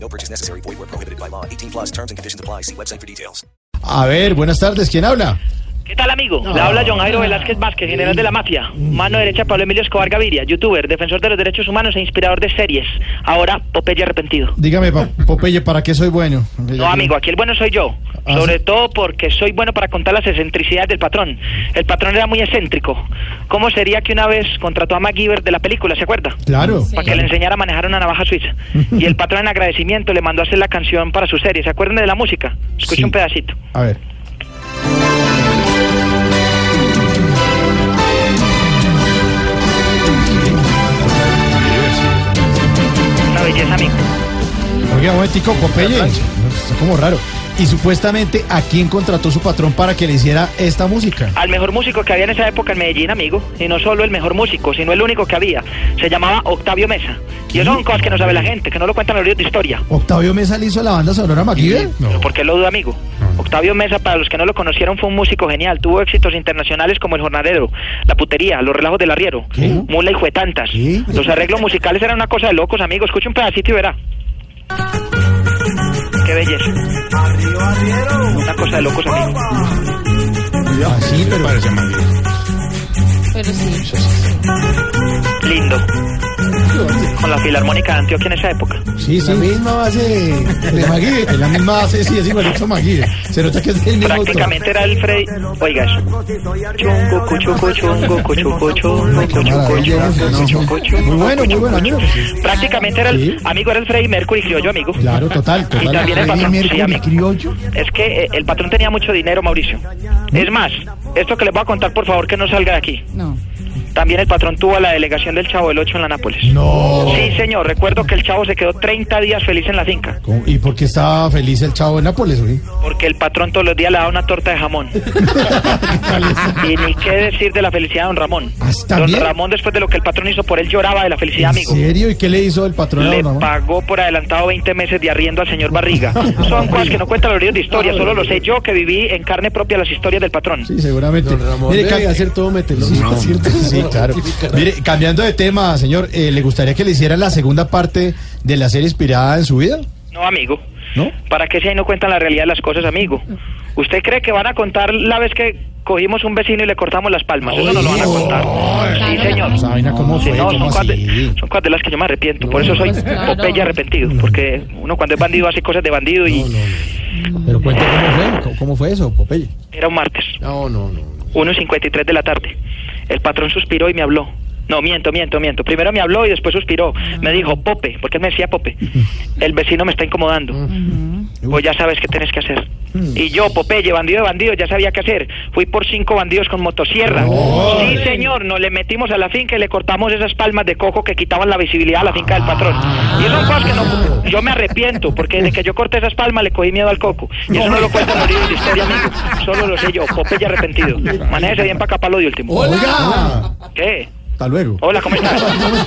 No purchase necessary. Void where prohibited by law. 18 plus terms and conditions apply. See website for details. A ver, buenas tardes, ¿quién habla? ¿Qué tal, amigo? Le Ah. habla John Jairo Velázquez Vázquez, general de la mafia. Mano derecha, Pablo Emilio Escobar Gaviria, youtuber, defensor de los derechos humanos e inspirador de series. Ahora, Popeye arrepentido. Dígame, Pa- Popeye, ¿para qué soy bueno? No, amigo, aquí el bueno soy yo. Ah, Sobre sí. todo porque soy bueno para contar las excentricidades del patrón. El patrón era muy excéntrico. ¿Cómo sería que una vez contrató a MacGyver de la película, se acuerda? Claro. Para que le enseñara a manejar una navaja suiza. Y el patrón en agradecimiento le mandó a hacer la canción para su serie. ¿Se acuerdan de la música? Escuche Sí. un pedacito. A ver. Una belleza, amigo. Oiga, un momentico, Popeye. Está como raro. Y supuestamente, ¿a quién contrató su patrón para que le hiciera esta música? al mejor músico que había en esa época en Medellín, amigo. Y no solo el mejor músico, sino el único que había. Se llamaba Octavio Mesa. Y eso son cosas que no sabe la gente, que no lo cuentan los libros de historia. ¿Octavio Mesa le hizo la banda sonora a MacGyver? Pero ¿Por qué lo duda, amigo? Octavio Mesa, para los que no lo conocieron, fue un músico genial. Tuvo éxitos internacionales como El Jornalero, La Putería, Los Relajos del Arriero, Mula y Juetantas. ¿Qué? Los arreglos musicales eran una cosa de locos, amigo. Escucha un pedacito y verá. Qué belleza. Una cosa de locos, amigo. Ah, sí, pero... Lindo. Con la Filarmónica de Antioquia en esa época. Sí, sí. La misma base de MacGyver. Es la misma base, sí, es igualito a MacGyver. Se nota que es el mismo autor. Prácticamente era el Freddy. Oiga eso. Chungo, cuchuco, chungo, cuchuco, chungo, cuchuco, chungo, cuchuco, chungo, Muy bueno, muy bueno, amigo. Prácticamente era Sí. el amigo era el Freddy Mercury criollo, amigo. Claro, total, Y total. también el Freddie patrón, sí, Mercury amigo. criollo. Es que eh, el patrón tenía mucho dinero, Mauricio. Es más, esto que les voy a contar, por favor, que no salga de aquí. No. También el patrón tuvo a la delegación del Chavo del Ocho en la Nápoles. No. Sí, señor, recuerdo que el Chavo se quedó 30 días feliz en la finca, ¿Cómo? ¿Y por qué estaba feliz el chavo de Nápoles, güey? porque el patrón todos los días le daba una torta de jamón. Y ni qué decir de la felicidad de don Ramón. Ah, ¿está Don bien? Ramón, después de lo que el patrón hizo por él, lloraba de la felicidad, ¿En amigo. serio? ¿Y qué le hizo el patrón a Le don Ramón? pagó por adelantado 20 meses de arriendo al señor Barriga. Son cosas que no cuentan los libros de historia, solo lo sé yo que viví en carne propia las historias del patrón. Sí, seguramente. Mire, cambia- todo mételo. Sí, es cierto. Sí, claro. Mire, cambiando de tema, señor, eh, ¿le gustaría que le hicieran la segunda parte de la serie inspirada en su vida? No, amigo. ¿No? ¿Para qué si ahí no cuentan la realidad de las cosas, amigo? ¿Usted cree que van a contar la vez que cogimos un vecino y le cortamos las palmas? Eso no lo van a contar. Sí, señor. Esa vaina, ¿cómo Sí, fue? no, son ¿Cómo cosas, de, así? Mm. son cosas de las que yo me arrepiento. Por eso soy pues claro. Popeye arrepentido. Porque uno cuando es bandido hace cosas de bandido y Pero cuente cómo fue, cómo- cómo fue eso, Popeye. era un martes, No, no, no. 1.53 de la tarde. El patrón suspiró y me habló. No, miento, miento, miento. Primero me habló y después suspiró. Me dijo, Pope, porque él me decía Pope, el vecino me está incomodando. Mm. Vos Pues ya sabes qué tenés que hacer. Y yo, Popeye, bandido de bandido, ya sabía qué hacer. Fui por cinco bandidos con motosierra. Sí, señor, nos le metimos a la finca y le cortamos esas palmas de coco que quitaban la visibilidad a la finca del patrón. Y eso son cosas que no... Yo me arrepiento, porque desde que yo corté esas palmas le cogí miedo al coco. Y eso no lo cuento en los libros de historia, amigo. Solo lo sé yo, Popeye arrepentido. Manéjese bien para acá para lo de último. ¡Hola! ¿Qué? Hasta luego. Hola, ¿cómo estás?